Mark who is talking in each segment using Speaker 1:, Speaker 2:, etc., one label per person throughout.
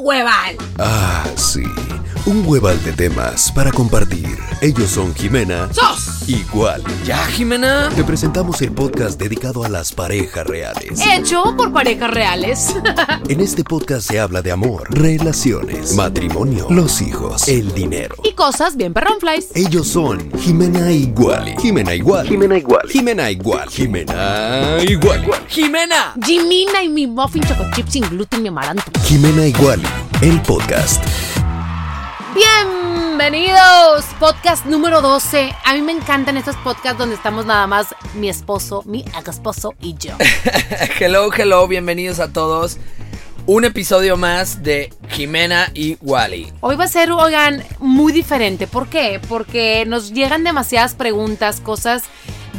Speaker 1: hueval.
Speaker 2: Ah, sí, un hueval de temas para compartir. Ellos son Jimena
Speaker 1: ¡Sos!
Speaker 2: igual.
Speaker 3: Ya, Jimena.
Speaker 2: Te presentamos el podcast dedicado a las parejas reales.
Speaker 1: Hecho por parejas reales.
Speaker 2: En este podcast se habla de amor, relaciones, matrimonio, los hijos, el dinero.
Speaker 1: y cosas bien perronflies.
Speaker 2: Ellos son Jimena Iguali. Jimena Iguali. Jimena Iguali. Jimena Iguali. Jimena Iguali.
Speaker 3: Jimena.
Speaker 1: Jimina y mi muffin choco chip sin gluten ni amaranto.
Speaker 2: Jimena Iguali, el podcast.
Speaker 1: Bienvenidos, podcast número 12. A mí me encantan estos podcasts donde estamos nada más mi esposo, mi ex esposo y yo.
Speaker 3: Hello, hello. Bienvenidos a todos. Un episodio más de Jimena y Wally.
Speaker 1: Hoy va a ser, oigan, muy diferente. ¿Por qué? Porque nos llegan demasiadas preguntas, cosas,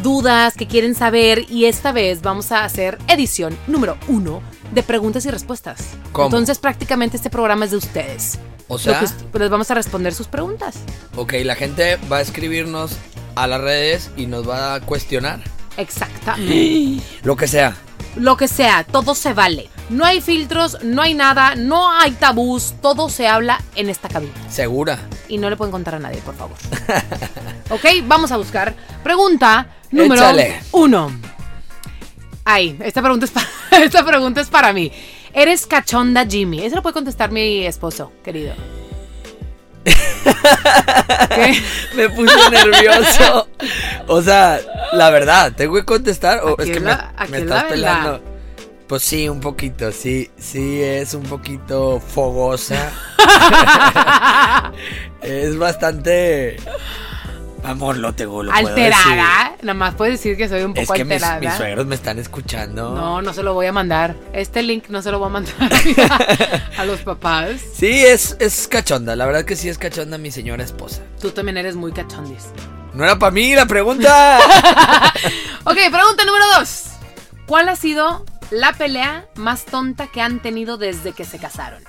Speaker 1: dudas que quieren saber y esta vez vamos a hacer edición número uno de preguntas y respuestas.
Speaker 3: ¿Cómo?
Speaker 1: Entonces prácticamente este programa es de ustedes.
Speaker 3: O sea,
Speaker 1: Lo que us- les vamos a responder sus preguntas.
Speaker 3: ok, la gente va a escribirnos a las redes y nos va a cuestionar.
Speaker 1: Exactamente.
Speaker 3: Lo que sea.
Speaker 1: Lo que sea, todo se vale. No hay filtros, no hay nada, no hay tabús, todo se habla en esta cabina.
Speaker 3: Segura.
Speaker 1: Y no le pueden contar a nadie, por favor. ok, vamos a buscar. Pregunta número
Speaker 3: Échale.
Speaker 1: uno. Ay, esta pregunta, es para, esta pregunta es para mí. ¿Eres cachonda, Jimmy? Eso lo puede contestar mi esposo, querido. ¿Qué?
Speaker 3: Me puse nervioso. O sea, la verdad, ¿tengo que contestar? O
Speaker 1: Aquí
Speaker 3: es que
Speaker 1: es
Speaker 3: me-
Speaker 1: la-
Speaker 3: me,
Speaker 1: aquí es
Speaker 3: estás
Speaker 1: la
Speaker 3: pelando.
Speaker 1: verdad.
Speaker 3: Pues sí, un poquito, sí, sí, es un poquito fogosa. es bastante. Vamos, lo tengo, lo puedo decir.
Speaker 1: Alterada. Nada más puedes decir que soy un
Speaker 3: Es
Speaker 1: poco
Speaker 3: que mis,
Speaker 1: alterada.
Speaker 3: mis suegros me están escuchando.
Speaker 1: No, no se lo voy a mandar. Este link no se lo voy a mandar a, los papás.
Speaker 3: Sí, es, es cachonda. La verdad que sí es cachonda mi señora esposa.
Speaker 1: Tú también eres muy cachondis.
Speaker 3: No era para mí la pregunta.
Speaker 1: Ok, pregunta número dos. ¿Cuál ha sido la pelea más tonta que han tenido desde que se casaron?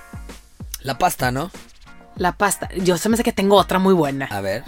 Speaker 3: la pasta, ¿no?
Speaker 1: La pasta. Yo se me hace que tengo otra muy buena.
Speaker 3: A ver.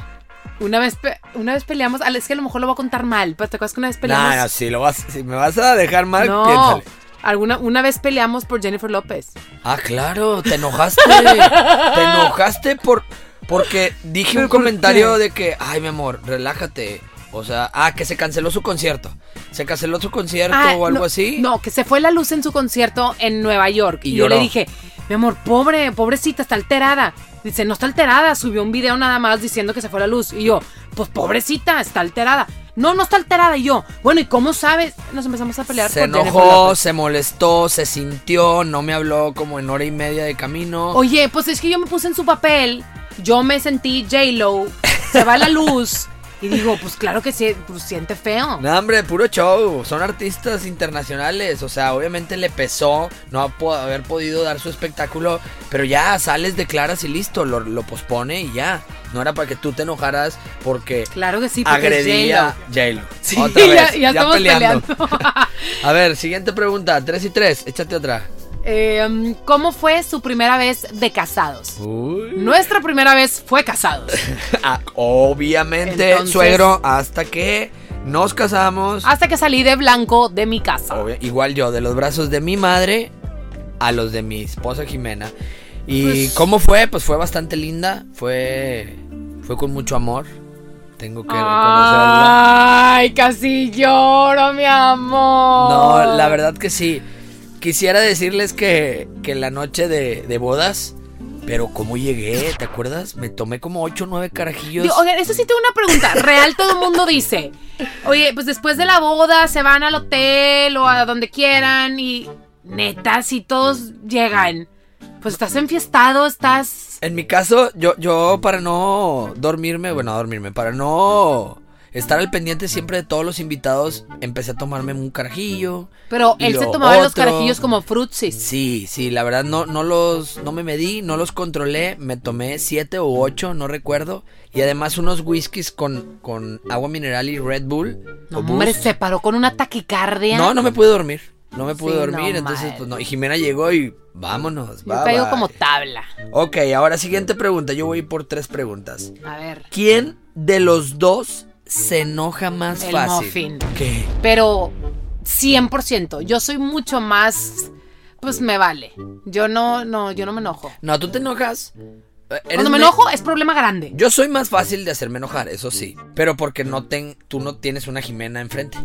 Speaker 1: Una vez, pe- una vez peleamos. al- Es que a lo mejor lo voy a contar mal, pero te acuerdas que una vez peleamos.
Speaker 3: No, no, si, lo vas, si me vas a dejar mal,
Speaker 1: No.
Speaker 3: piénsale.
Speaker 1: Alguna, una vez peleamos por Jennifer López.
Speaker 3: Ah, claro, te enojaste. te enojaste por porque dije un
Speaker 1: ¿Pero por
Speaker 3: comentario
Speaker 1: qué?
Speaker 3: de que, ay, mi amor, relájate. O sea, ah, que se canceló su concierto. Se canceló su concierto
Speaker 1: Ah,
Speaker 3: o algo
Speaker 1: no,
Speaker 3: así.
Speaker 1: No, que se fue la luz en su concierto en Nueva York.
Speaker 3: Y
Speaker 1: Y, yo le
Speaker 3: lloró.
Speaker 1: dije, mi amor, pobre, pobrecita, está alterada. Dice, no está alterada, subió un video nada más diciendo que se fue la luz. Y yo, pues pobrecita, está alterada. No, no está alterada. Y yo, bueno, ¿y cómo sabes? Nos empezamos a pelear
Speaker 3: se
Speaker 1: por Jennifer
Speaker 3: enojó,
Speaker 1: López.
Speaker 3: se molestó, se sintió, no me habló como en hora y media de camino.
Speaker 1: Oye, pues es que yo me puse en su papel, yo me sentí J-Lo, se va la luz. Y digo, pues claro que sí, pues siente feo.
Speaker 3: No, hombre, puro show. Son artistas internacionales. O sea, obviamente le pesó no po- haber podido dar su espectáculo. Pero ya sales, declaras y listo. Lo, lo pospone y ya. No era para que tú te enojaras porque
Speaker 1: Claro que sí, porque es
Speaker 3: agredía a
Speaker 1: J-Lo.
Speaker 3: J-Lo.
Speaker 1: Sí,
Speaker 3: Otra vez,
Speaker 1: ya, ya estamos
Speaker 3: peleando.
Speaker 1: peleando.
Speaker 3: a ver, siguiente pregunta. 3 y 3. Échate otra.
Speaker 1: Eh, ¿Cómo fue su primera vez de casados?
Speaker 3: Uy.
Speaker 1: Nuestra primera vez fue casados.
Speaker 3: Ah, obviamente,
Speaker 1: Entonces-
Speaker 3: suegro, hasta que nos casamos.
Speaker 1: Hasta que salí de blanco de mi casa.
Speaker 3: Obvio, igual yo, de los brazos de mi madre a los de mi esposa Jimena. ¿Y
Speaker 1: Pues-
Speaker 3: cómo fue? Pues fue bastante linda, fue, fue con mucho amor, tengo que reconocerlo.
Speaker 1: Ay, casi lloro, mi amor.
Speaker 3: No, la verdad que sí. Quisiera decirles que, que la noche de, de bodas, pero cómo llegué, ¿te acuerdas? Me tomé como 8 o 9 carajillos.
Speaker 1: Digo, oigan, eso sí tengo una pregunta. Real todo el mundo dice. Oye, pues después de la boda se van al hotel o a donde quieran y neta, si todos llegan, pues estás enfiestado, estás...
Speaker 3: En mi caso, yo, yo para no dormirme, bueno, dormirme, para no estar al pendiente siempre de todos los invitados, empecé a tomarme un carajillo.
Speaker 1: Pero
Speaker 3: Y
Speaker 1: él se
Speaker 3: lo
Speaker 1: tomaba los
Speaker 3: otro.
Speaker 1: carajillos como frutsis.
Speaker 3: Sí, sí, la verdad no, no los, no me medí, no los controlé, me tomé siete u ocho, no recuerdo, y además unos whiskies con, con agua mineral y Red Bull.
Speaker 1: No,
Speaker 3: o Boost.
Speaker 1: hombre, se paró con una taquicardia.
Speaker 3: No, no me pude dormir, no me pude
Speaker 1: Sí,
Speaker 3: dormir,
Speaker 1: no,
Speaker 3: entonces
Speaker 1: mal.
Speaker 3: pues no, y Jimena llegó y vámonos,
Speaker 1: Yo
Speaker 3: bye,
Speaker 1: pego
Speaker 3: bye.
Speaker 1: como tabla.
Speaker 3: Ok, ahora siguiente pregunta, yo voy por tres preguntas.
Speaker 1: A ver.
Speaker 3: ¿Quién de los dos se enoja más
Speaker 1: El
Speaker 3: fácil.
Speaker 1: muffin.
Speaker 3: ¿Qué?
Speaker 1: Pero 100%, yo soy mucho más pues me vale. Yo no no yo no me enojo.
Speaker 3: No, tú te enojas. Eh, eres
Speaker 1: Cuando me
Speaker 3: me-
Speaker 1: enojo es problema grande.
Speaker 3: Yo soy más fácil de hacerme enojar, eso sí. Pero porque no ten, tú no tienes una Jimena enfrente.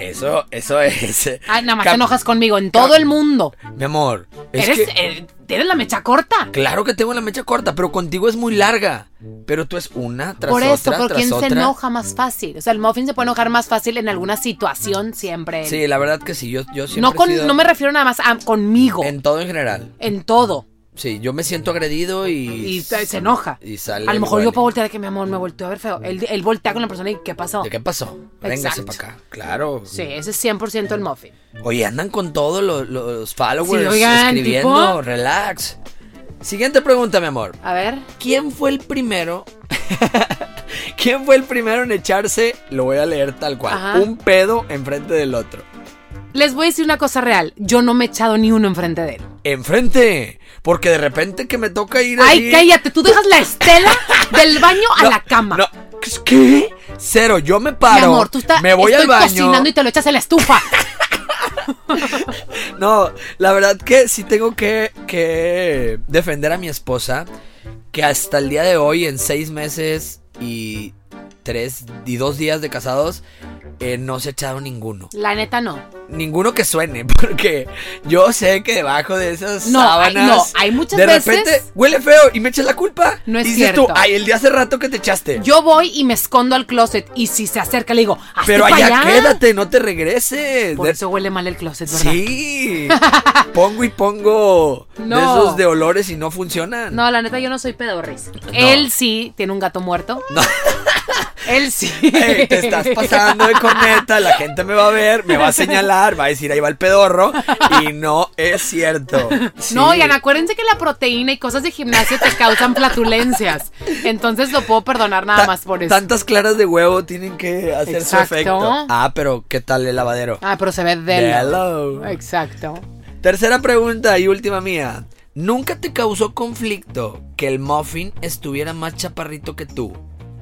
Speaker 3: Eso, eso es. eh.
Speaker 1: Ay, Ah, nada más
Speaker 3: Cap-
Speaker 1: te enojas conmigo en todo el mundo.
Speaker 3: Mi amor. es
Speaker 1: Eres
Speaker 3: que-
Speaker 1: eh, tienes la mecha corta.
Speaker 3: Claro que tengo la mecha corta, pero contigo es muy larga. Pero tú es una tras
Speaker 1: Por eso,
Speaker 3: otra,
Speaker 1: ¿por
Speaker 3: tras
Speaker 1: quién
Speaker 3: otra.
Speaker 1: se enoja más fácil? O sea, el muffin se puede enojar más fácil en alguna situación siempre.
Speaker 3: Sí, la verdad que sí, yo, yo siempre
Speaker 1: no,
Speaker 3: he
Speaker 1: con,
Speaker 3: sido-
Speaker 1: no me refiero nada más a conmigo, en,
Speaker 3: En todo en general.
Speaker 1: todo.
Speaker 3: Sí, yo me siento agredido y...
Speaker 1: Y se se enoja.
Speaker 3: Y sale
Speaker 1: a lo mejor
Speaker 3: el
Speaker 1: yo
Speaker 3: vale.
Speaker 1: puedo voltear de que mi amor me volteó a ver feo. Él, él voltea con la persona y ¿qué pasó?
Speaker 3: ¿De qué pasó? Véngase para acá. Claro.
Speaker 1: Oh, Sí, ese es 100% el muffin.
Speaker 3: Oye, andan con todo lo- lo- los followers
Speaker 1: Sí, oigan,
Speaker 3: escribiendo,
Speaker 1: tipo.
Speaker 3: relax. Siguiente pregunta, mi amor.
Speaker 1: A ver,
Speaker 3: ¿Quién fue el primero? ¿Quién fue el primero en echarse, lo voy a leer tal cual,
Speaker 1: Ajá.
Speaker 3: un pedo enfrente del otro?
Speaker 1: les voy a decir una cosa real. Yo no me he echado ni uno enfrente de él.
Speaker 3: Enfrente, porque de repente que me toca ir
Speaker 1: Ay,
Speaker 3: ahí-
Speaker 1: cállate, tú dejas la estela del baño a
Speaker 3: No,
Speaker 1: la cama.
Speaker 3: no, ¿Qué? Cero, yo me paro.
Speaker 1: Mi amor, tú estás
Speaker 3: me voy
Speaker 1: estoy
Speaker 3: al baño.
Speaker 1: cocinando y te lo echas en la estufa.
Speaker 3: No, la verdad que sí tengo que, que defender a mi esposa, que hasta el día de hoy, en seis meses y tres y dos días de casados, eh, no se ha echado ninguno.
Speaker 1: La neta no.
Speaker 3: Ninguno que suene, porque yo sé que debajo de esas
Speaker 1: No, hay-
Speaker 3: sábanas.
Speaker 1: no, hay muchas
Speaker 3: de
Speaker 1: veces-
Speaker 3: repente huele feo y me echas la culpa.
Speaker 1: No es
Speaker 3: Dices tú,
Speaker 1: cierto.
Speaker 3: ay, el día hace rato que te echaste.
Speaker 1: Yo voy y me escondo al closet y si se acerca le digo, "Hazte
Speaker 3: Pero
Speaker 1: pa'
Speaker 3: allá,
Speaker 1: allá".
Speaker 3: quédate, no te regreses.
Speaker 1: Por
Speaker 3: De-
Speaker 1: eso huele mal el closet, ¿verdad?
Speaker 3: Sí. Pongo y pongo
Speaker 1: No.
Speaker 3: de esos de olores y no funcionan.
Speaker 1: No, la neta, yo no soy pedorris. Él sí tiene un gato muerto.
Speaker 3: No.
Speaker 1: Él sí.
Speaker 3: Eh, te estás pasando de cometa, la gente me va a ver, me va a señalar, va a decir ahí va el pedorro y no es cierto. Sí.
Speaker 1: No, Ian, acuérdense que la proteína y cosas de gimnasio te causan flatulencias. Entonces lo puedo perdonar nada
Speaker 3: Ta-
Speaker 1: más por eso.
Speaker 3: Tantas claras de huevo tienen que hacer su
Speaker 1: Exacto.
Speaker 3: efecto. Ah, pero ¿qué tal el lavadero?
Speaker 1: Ah, pero se ve de
Speaker 3: Hello.
Speaker 1: Exacto.
Speaker 3: Tercera pregunta y última mía. ¿Nunca te causó conflicto que el muffin estuviera más chaparrito que tú?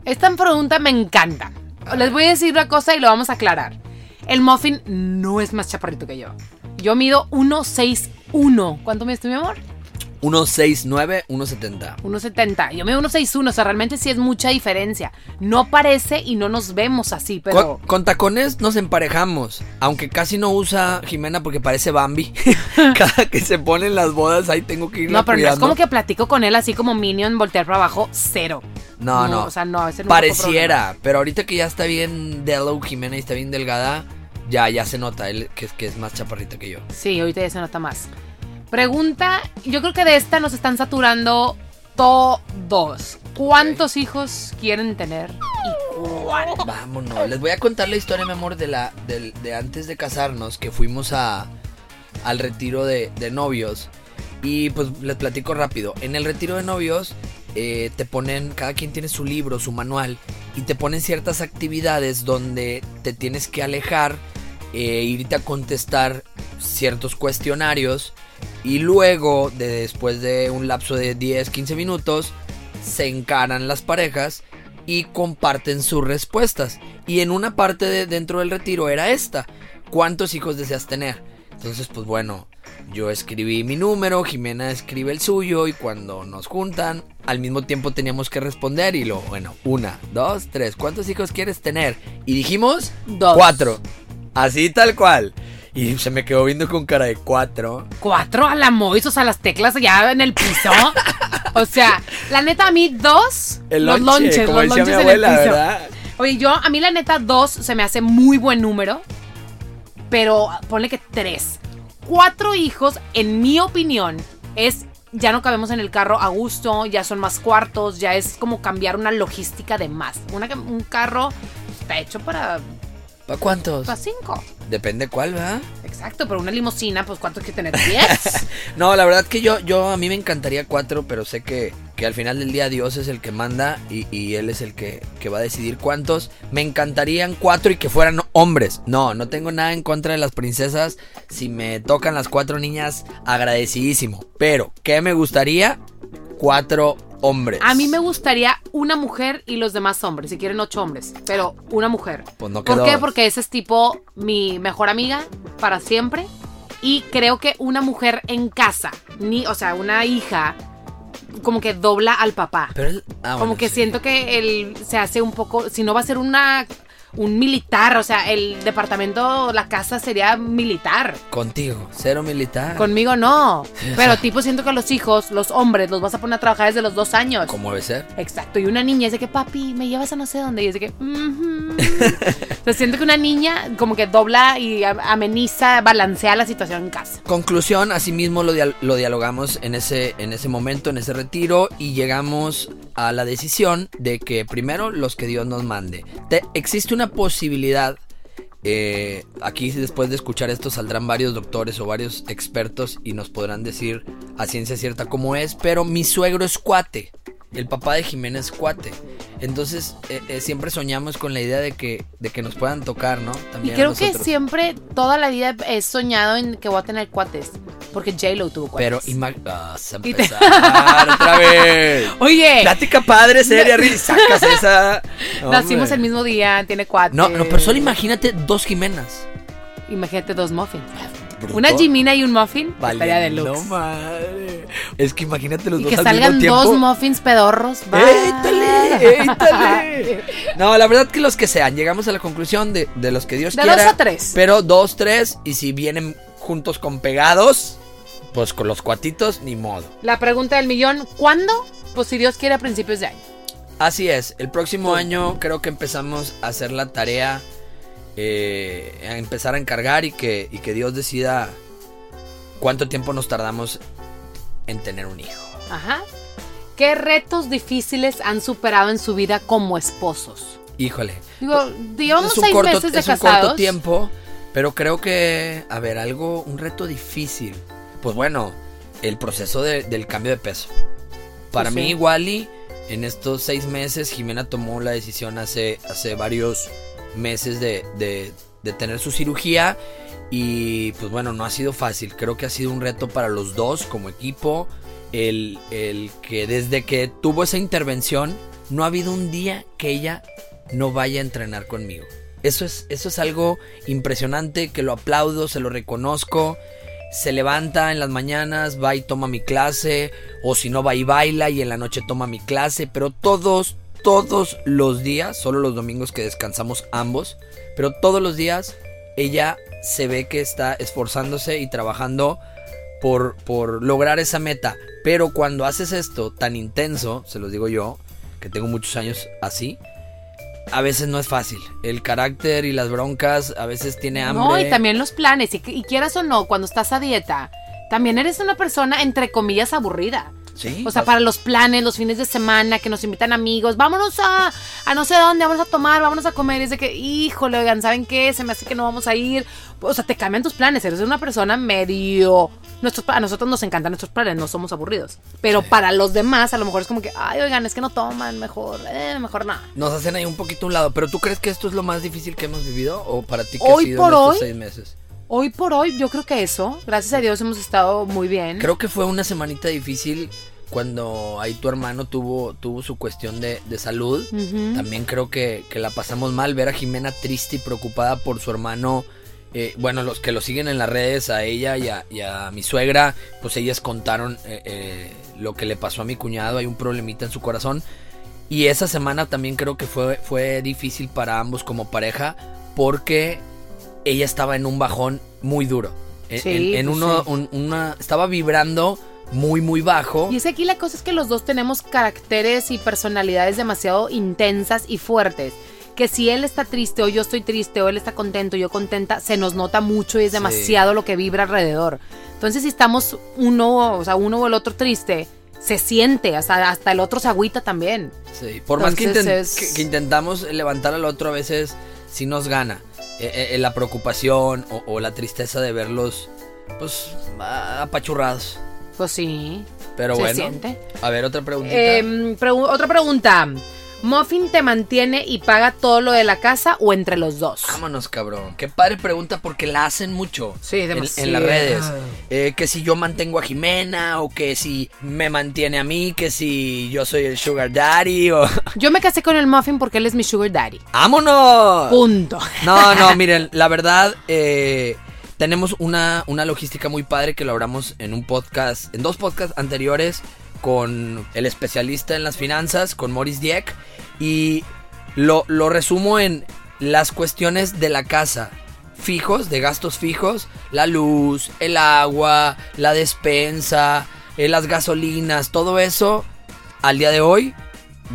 Speaker 1: Esta pregunta me encanta. Les voy a decir una cosa y lo vamos a aclarar. El muffin no es más chaparrito que yo. Yo mido 1,61. ¿Cuánto mides tú, mi amor?
Speaker 3: 169, 170.
Speaker 1: 1,70. Yo mido 1,61. O sea, realmente sí es mucha diferencia. No parece y no nos vemos así, pero.
Speaker 3: Con, con tacones nos emparejamos, aunque casi no usa Jimena porque parece Bambi. Cada que se ponen las bodas ahí tengo que ir
Speaker 1: No, pero no es como que platico con él así como Minion, voltear para abajo, cero.
Speaker 3: No, no.
Speaker 1: O sea, no, ese nunca fue problema.
Speaker 3: Pareciera, pero ahorita que ya está bien Dello Jimena y está bien delgada, ya ya se nota él que, que es más chaparrita que yo.
Speaker 1: Sí, ahorita ya se nota más. Pregunta, yo creo que de esta nos están saturando todos. ¿Cuántos hijos quieren tener?
Speaker 3: Vámonos, les voy a contar la historia, mi amor, de la del- de, antes de casarnos que fuimos a al retiro de, de novios y pues les platico rápido. En el retiro de novios eh, te ponen cada quien tiene su libro, su manual y te ponen ciertas actividades donde te tienes que alejar, eh, irte a contestar ciertos cuestionarios y luego de, después de un lapso de 10, 15 minutos se encaran las parejas y comparten sus respuestas. Y en una parte de, dentro del retiro era esta. ¿Cuántos hijos deseas tener? Entonces, pues bueno, yo escribí mi número, Jimena escribe el suyo y cuando nos juntan, al mismo tiempo teníamos que responder y lo, bueno, una, dos, tres, ¿cuántos hijos quieres tener? Y dijimos,
Speaker 1: Dos.
Speaker 3: cuatro. Así tal cual. Y se me quedó viendo con cara de cuatro.
Speaker 1: ¿Cuatro a la Mois? O sea, las teclas ya en el piso. o sea, la neta, a mí dos.
Speaker 3: El
Speaker 1: los lonches,
Speaker 3: lonche, como
Speaker 1: los
Speaker 3: decía mi
Speaker 1: lonches en
Speaker 3: abuela,
Speaker 1: el piso.
Speaker 3: ¿verdad?
Speaker 1: Oye, yo, a mí la neta, dos se me hace muy buen número. Pero ponle que tres. Cuatro hijos, en mi opinión, es. Ya no cabemos en el carro a gusto, ya son más cuartos, ya es como cambiar una logística de más. Una, cam- un carro está hecho para,
Speaker 3: ¿Para cuántos?
Speaker 1: para cinco.
Speaker 3: Depende cuál, ¿verdad?
Speaker 1: Exacto, pero una limusina, pues ¿cuántos que tener? Diez.
Speaker 3: No, la verdad que yo, yo a mí me encantaría cuatro, pero sé que, que al final del día Dios es el que manda y, y él es el que, que va a decidir cuántos. Me encantarían cuatro y que fueran hombres. No, no tengo nada en contra de las princesas. Si me tocan las cuatro niñas, agradecidísimo. Pero, ¿qué me gustaría? Cuatro hombres.
Speaker 1: A mí me gustaría una mujer y los demás hombres, si quieren ocho hombres, pero una mujer.
Speaker 3: Pues no
Speaker 1: ¿Por
Speaker 3: quedó.
Speaker 1: qué? Porque esa es tipo mi mejor amiga para siempre y creo que una mujer en casa, ni, o sea, una hija, como que dobla al papá.
Speaker 3: Pero el- ah,
Speaker 1: como
Speaker 3: bueno,
Speaker 1: que
Speaker 3: sí.
Speaker 1: siento que él se hace un poco, si no va a ser una un militar, o sea, el departamento, la casa sería militar.
Speaker 3: Contigo, cero militar.
Speaker 1: Conmigo no. Pero tipo siento que los hijos, los hombres, los vas a poner a trabajar desde los dos años.
Speaker 3: Como debe ser.
Speaker 1: Exacto, y una niña es de que, papi, me llevas a no sé dónde. Y es de que, "Ujú". o sea, siento que una niña como que dobla y a- ameniza, balancea la situación en casa.
Speaker 3: Conclusión, asimismo lo, dia- lo dialogamos en ese, en ese momento, en ese retiro, y llegamos a la decisión de que primero los que Dios nos mande. Te- existe una posibilidad, eh, aquí después de escuchar esto saldrán varios doctores o varios expertos y nos podrán decir a ciencia cierta cómo es, pero mi suegro es cuate, el papá de Jiménez es cuate. Entonces eh, eh, siempre soñamos con la idea de que, de que nos puedan tocar, ¿no?
Speaker 1: Y
Speaker 3: También a
Speaker 1: creo que
Speaker 3: nosotros.
Speaker 1: siempre, toda la vida he soñado en que voy a tener cuates. Porque J-Lo tuvo
Speaker 3: Pero
Speaker 1: cuates.
Speaker 3: ima- vas a
Speaker 1: Y te- Eh.
Speaker 3: empezar otra vez.
Speaker 1: Oye,
Speaker 3: Plática padre, seria, risa, sacas esa.
Speaker 1: nacimos
Speaker 3: Hombre.
Speaker 1: el mismo día, tiene cuates.
Speaker 3: No, no, pero solo imagínate dos Jimenas.
Speaker 1: Imagínate dos muffins.
Speaker 3: Bruto.
Speaker 1: Una Jimina y un muffin. Estaría de
Speaker 3: No madre. Es que imagínate los
Speaker 1: Y
Speaker 3: dos
Speaker 1: que
Speaker 3: al mismo
Speaker 1: salgan
Speaker 3: tiempo.
Speaker 1: dos muffins pedorros. va.
Speaker 3: ¡Éítale! ¡Éítale! No, la verdad que los que sean, llegamos a la conclusión de, de los que Dios
Speaker 1: De
Speaker 3: quiera.
Speaker 1: dos a tres.
Speaker 3: Pero dos, tres, y si vienen juntos con pegados, pues con los cuatitos, ni modo.
Speaker 1: La pregunta del millón, ¿cuándo? Pues si Dios quiere a principios de año.
Speaker 3: Así es, el
Speaker 1: Oh.
Speaker 3: próximo año creo que empezamos a hacer la tarea, eh, a empezar a encargar y que, y que Dios decida cuánto tiempo nos tardamos en tener un hijo.
Speaker 1: Ajá. ¿Qué retos difíciles han superado en su vida como esposos?
Speaker 3: Híjole,
Speaker 1: Digo, llevamos
Speaker 3: Pues, es un,
Speaker 1: seis
Speaker 3: corto,
Speaker 1: meses de
Speaker 3: es un
Speaker 1: casados.
Speaker 3: corto tiempo, pero creo que, a ver, algo, un reto difícil. Pues bueno, el proceso de- del cambio de peso. Para
Speaker 1: Sí,
Speaker 3: mí,
Speaker 1: sí.
Speaker 3: Wally, en estos seis meses, Jimena tomó la decisión hace, hace varios meses de, de- de tener su cirugía. Y pues bueno, no ha sido fácil. Creo que ha sido un reto para los dos como equipo. El, el que desde que tuvo esa intervención, no ha habido un día que ella no vaya a entrenar conmigo. Eso es, eso es algo impresionante, que lo aplaudo, se lo reconozco se levanta en las mañanas, va y toma mi clase, o si no va y baila y en la noche toma mi clase, pero todos, todos los días, solo los domingos que descansamos ambos, pero todos los días ella se ve que está esforzándose y trabajando por, por lograr esa meta. Pero cuando haces esto tan intenso, se los digo yo, que tengo muchos años así, a veces no es fácil. El carácter y las broncas a veces tiene hambre.
Speaker 1: No, y también los planes. Y, y quieras o no, cuando estás a dieta, también eres una persona, entre comillas, aburrida.
Speaker 3: Sí,
Speaker 1: O sea,
Speaker 3: vas-
Speaker 1: para los planes, los fines de semana, que nos invitan amigos, vámonos a, a no sé dónde, vamos a tomar, vámonos a comer. Y es de que, híjole, oigan, ¿saben qué? Se me hace que no vamos a ir. O sea, te cambian tus planes, eres una persona medio... Nuestros, a nosotros nos encantan nuestros planes, no somos aburridos. Pero para los demás, a lo mejor es como que, ay, oigan, es que no toman, mejor, eh, mejor nada.
Speaker 3: Nos hacen ahí un poquito a un lado, pero ¿tú crees que esto es lo más difícil que hemos vivido o para ti que
Speaker 1: Hoy
Speaker 3: ha sido
Speaker 1: por
Speaker 3: en estos
Speaker 1: hoy.
Speaker 3: seis meses?
Speaker 1: Hoy por hoy, yo creo que eso, gracias a Dios, hemos estado muy bien.
Speaker 3: Creo que fue una semanita difícil cuando ahí tu hermano tuvo, tuvo su cuestión de, de salud.
Speaker 1: Ujú.
Speaker 3: También creo que, que la pasamos mal ver a Jimena triste y preocupada por su hermano. eh, bueno, los que lo siguen en las redes, a ella y a, y a mi suegra, pues ellas contaron eh, eh, lo que le pasó a mi cuñado. Hay un problemita en su corazón. Y esa semana también creo que fue, fue difícil para ambos como pareja porque ella estaba en un bajón muy duro. E, En,
Speaker 1: Sí,
Speaker 3: en- en
Speaker 1: pues
Speaker 3: uno,
Speaker 1: sí.
Speaker 3: un- una, estaba vibrando muy, muy bajo.
Speaker 1: Y es que aquí la cosa es que los dos tenemos caracteres y personalidades demasiado intensas y fuertes. Que si él está triste o yo estoy triste o él está contento yo contenta, se nos nota mucho y es
Speaker 3: Sí.
Speaker 1: demasiado lo que vibra alrededor. Entonces, si estamos uno, o sea, uno o el otro triste, se siente, o sea, hasta el otro se agüita también.
Speaker 3: Sí, por más que,
Speaker 1: Entonces
Speaker 3: inten-
Speaker 1: es-
Speaker 3: que- que intentamos levantar al otro, a veces sí nos gana eh, eh, la preocupación o, o la tristeza de verlos, pues, ah, apachurrados.
Speaker 1: Pues sí,
Speaker 3: Pero
Speaker 1: se
Speaker 3: bueno,
Speaker 1: siente. Em,
Speaker 3: a ver, otra preguntita.
Speaker 1: Eh, pregu- otra pregunta. Muffin te mantiene y paga todo lo de la casa o entre los dos.
Speaker 3: Vámonos, cabrón. Qué padre pregunta porque la hacen mucho.
Speaker 1: Sí,
Speaker 3: en- en,
Speaker 1: demasiado.
Speaker 3: las redes. Eh, que si yo mantengo a Jimena o que si me mantiene a mí, que si yo soy el sugar daddy o...
Speaker 1: Yo me casé con el Muffin porque él es mi sugar daddy.
Speaker 3: ¡Vámonos!
Speaker 1: Punto.
Speaker 3: No, no, miren, la verdad, eh, tenemos una, una logística muy padre que lo hablamos en un podcast, en dos podcasts anteriores, con el especialista en las finanzas, con Maurice Dieck, y lo, lo resumo en las cuestiones de la casa. Fijos, de gastos fijos, la luz, el agua, la despensa, eh, las gasolinas, todo eso, al día de hoy,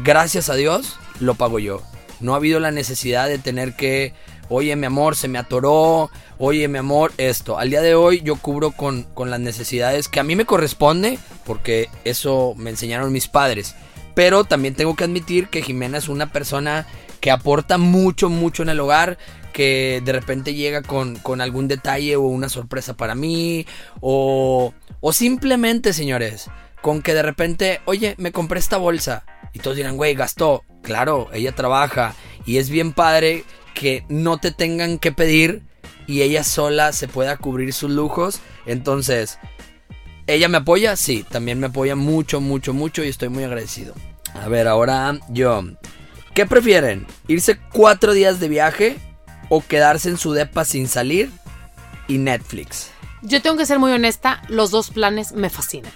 Speaker 3: gracias a Dios, lo pago yo. No ha habido la necesidad de tener que, oye mi amor, se me atoró, oye mi amor, esto. Al día de hoy yo cubro con, con las necesidades que a mí me corresponde, porque eso me enseñaron mis padres. Pero también tengo que admitir que Jimena es una persona que aporta mucho, mucho en el hogar, que de repente llega con, con algún detalle o una sorpresa para mí, o, o simplemente, señores, con que de repente, oye, me compré esta bolsa. Y todos dirán, güey, gastó. Claro, ella trabaja. Y es bien padre que no te tengan que pedir y ella sola se pueda cubrir sus lujos. Entonces, ¿ella me apoya? Sí, también me apoya mucho, mucho, mucho y estoy muy agradecido. A ver, ahora yo. ¿Qué prefieren? ¿Irse cuatro días de viaje o quedarse en su depa sin salir y Netflix?
Speaker 1: Yo tengo que ser muy honesta, los dos planes me fascinan.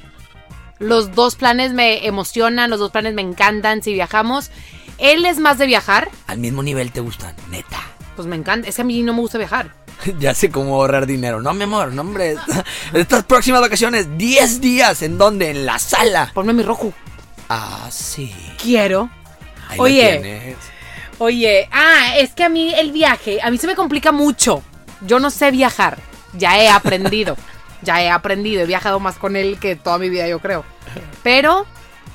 Speaker 1: Los dos planes me emocionan, los dos planes me encantan si viajamos. Él es más de viajar,
Speaker 3: Al mismo nivel te gustan, neta.
Speaker 1: pues me encanta. Es que a mí no me gusta viajar.
Speaker 3: Ya sé cómo ahorrar dinero. No, mi amor, no, hombre. esta- Estas próximas vacaciones, 10 días. ¿En dónde? En la sala.
Speaker 1: Ponme mi rojo.
Speaker 3: Ah, sí.
Speaker 1: Quiero.
Speaker 3: Ahí la
Speaker 1: Oye.
Speaker 3: tienes.
Speaker 1: Oye, ah, es que a mí el viaje, a mí se me complica mucho. Yo no sé viajar. Ya he aprendido. ya he aprendido. He viajado más con él que toda mi vida, yo creo. Pero,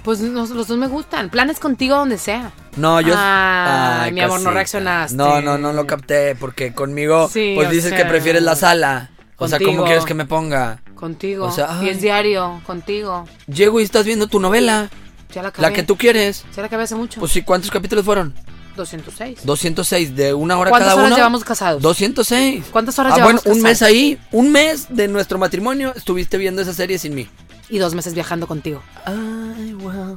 Speaker 1: pues nos- los dos me gustan. Planes contigo donde sea.
Speaker 3: No, yo.
Speaker 1: Ay, Ah, mi amor, no
Speaker 3: casita.
Speaker 1: reaccionaste.
Speaker 3: No, no, no lo capté. Porque conmigo,
Speaker 1: Sí,
Speaker 3: pues
Speaker 1: o
Speaker 3: dices
Speaker 1: sea,
Speaker 3: que prefieres la sala. O sea, ¿cómo
Speaker 1: contigo.
Speaker 3: quieres que me ponga?
Speaker 1: Contigo.
Speaker 3: O sea,
Speaker 1: y
Speaker 3: ay.
Speaker 1: es diario, contigo.
Speaker 3: Llego y estás viendo tu novela.
Speaker 1: Ya la acabé.
Speaker 3: La que tú quieres.
Speaker 1: Ya la acabé hace mucho.
Speaker 3: Pues sí, ¿cuántos capítulos fueron?
Speaker 1: 206.
Speaker 3: 206 de una hora
Speaker 1: ¿Cuántas
Speaker 3: cada
Speaker 1: horas
Speaker 3: uno.
Speaker 1: llevamos casados?
Speaker 3: 206.
Speaker 1: ¿Cuántas horas
Speaker 3: ah,
Speaker 1: llevamos
Speaker 3: bueno, un mes
Speaker 1: casados?
Speaker 3: ahí, un mes de nuestro matrimonio estuviste viendo esa serie sin mí.
Speaker 1: Y dos meses viajando contigo.
Speaker 3: Ay, wow.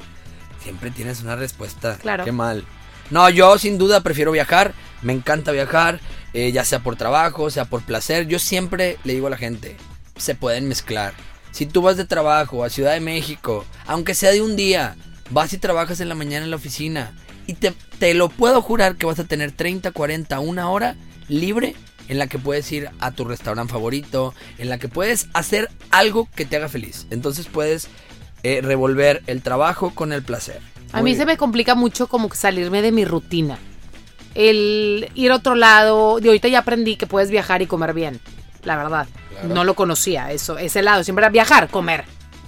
Speaker 3: Siempre tienes una respuesta.
Speaker 1: Claro.
Speaker 3: Qué mal. No, yo sin duda prefiero viajar. Me encanta viajar, eh, ya sea por trabajo, sea por placer. Yo siempre le digo a la gente, se pueden mezclar. Si tú vas de trabajo a Ciudad de México, aunque sea de un día, vas y trabajas en la mañana en la oficina. Y te, te lo puedo jurar que vas a tener 30, 40, una hora libre en la que puedes ir a tu restaurante favorito, en la que puedes hacer algo que te haga feliz. Entonces puedes eh, revolver el trabajo con el placer.
Speaker 1: A
Speaker 3: Muy
Speaker 1: mí se me complica mucho como que salirme de mi rutina. El ir a otro lado. De ahorita ya aprendí que puedes viajar y comer bien. La verdad.
Speaker 3: Claro.
Speaker 1: No lo conocía eso, ese lado. Siempre era viajar, comer.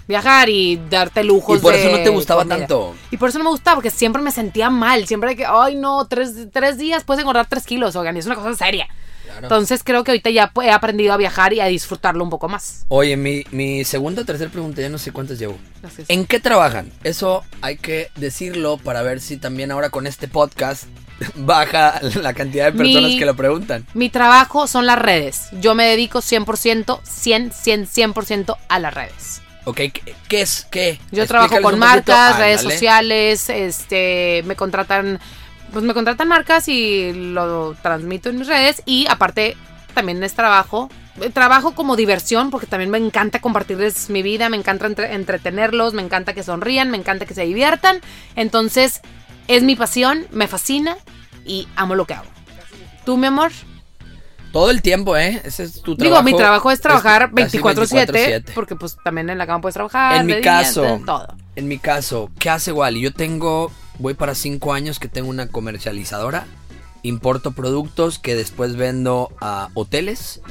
Speaker 1: Viajar y darte lujos.
Speaker 3: Y por eso
Speaker 1: de
Speaker 3: no te gustaba
Speaker 1: comida.
Speaker 3: tanto.
Speaker 1: Y por eso no me gustaba, porque siempre me sentía mal. Siempre de que, ay, no, tres, tres días puedes engordar tres kilos. Oigan, y es una cosa seria. Entonces creo que ahorita ya he aprendido a viajar y a disfrutarlo un poco más.
Speaker 3: Oye, mi, mi segunda o tercera pregunta, ya no sé cuántas llevo.
Speaker 1: Gracias.
Speaker 3: ¿En qué trabajan? Eso hay que decirlo para ver si también ahora con este podcast baja la cantidad de personas
Speaker 1: Mi-
Speaker 3: que lo preguntan.
Speaker 1: Mi trabajo son las redes. Yo me dedico 100%, 100, 100, 100% a las redes.
Speaker 3: Ok, ¿qué, qué es qué?
Speaker 1: Yo
Speaker 3: Explícales
Speaker 1: trabajo con
Speaker 3: un poquito.
Speaker 1: marcas, redes
Speaker 3: Ándale.
Speaker 1: sociales, este, me contratan, pues me contratan marcas y lo transmito en mis redes y aparte también es trabajo. eh, Trabajo como diversión porque también me encanta compartirles mi vida, me encanta entre- entretenerlos, me encanta que sonrían, me encanta que se diviertan. Entonces, es mi pasión, me fascina y amo lo que hago. ¿Tú, mi amor?
Speaker 3: Todo el tiempo, ¿eh? Ese es tu
Speaker 1: Digo,
Speaker 3: trabajo.
Speaker 1: mi trabajo es trabajar
Speaker 3: casi
Speaker 1: 24/7
Speaker 3: 24/7.
Speaker 1: porque pues también en la cama puedes trabajar.
Speaker 3: En mi
Speaker 1: de día,
Speaker 3: caso,
Speaker 1: de todo.
Speaker 3: en mi caso, ¿qué hace Wally? Yo tengo, voy para cinco años que tengo una comercializadora, importo productos que después vendo a hoteles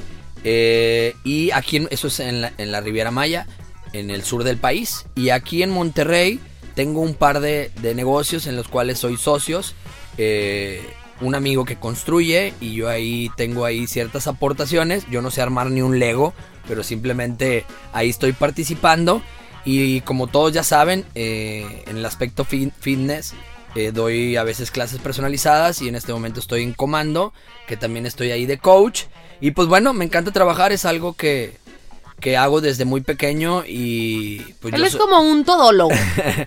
Speaker 3: eh, y aquí, en- eso es en la, en la Riviera Maya, en el sur del país y aquí en Monterrey tengo un par de, de negocios en los cuales soy socios. eh, un amigo que construye y yo ahí tengo ahí ciertas aportaciones. Yo no sé armar ni un Lego, pero simplemente ahí estoy participando. Y como todos ya saben, eh, en el aspecto fin- fitness eh, doy a veces clases personalizadas y en este momento estoy en comando, que también estoy ahí de coach. Y pues bueno, me encanta trabajar, es algo que, que hago desde muy pequeño y pues
Speaker 1: Él
Speaker 3: yo
Speaker 1: es
Speaker 3: so-
Speaker 1: como un todólogo.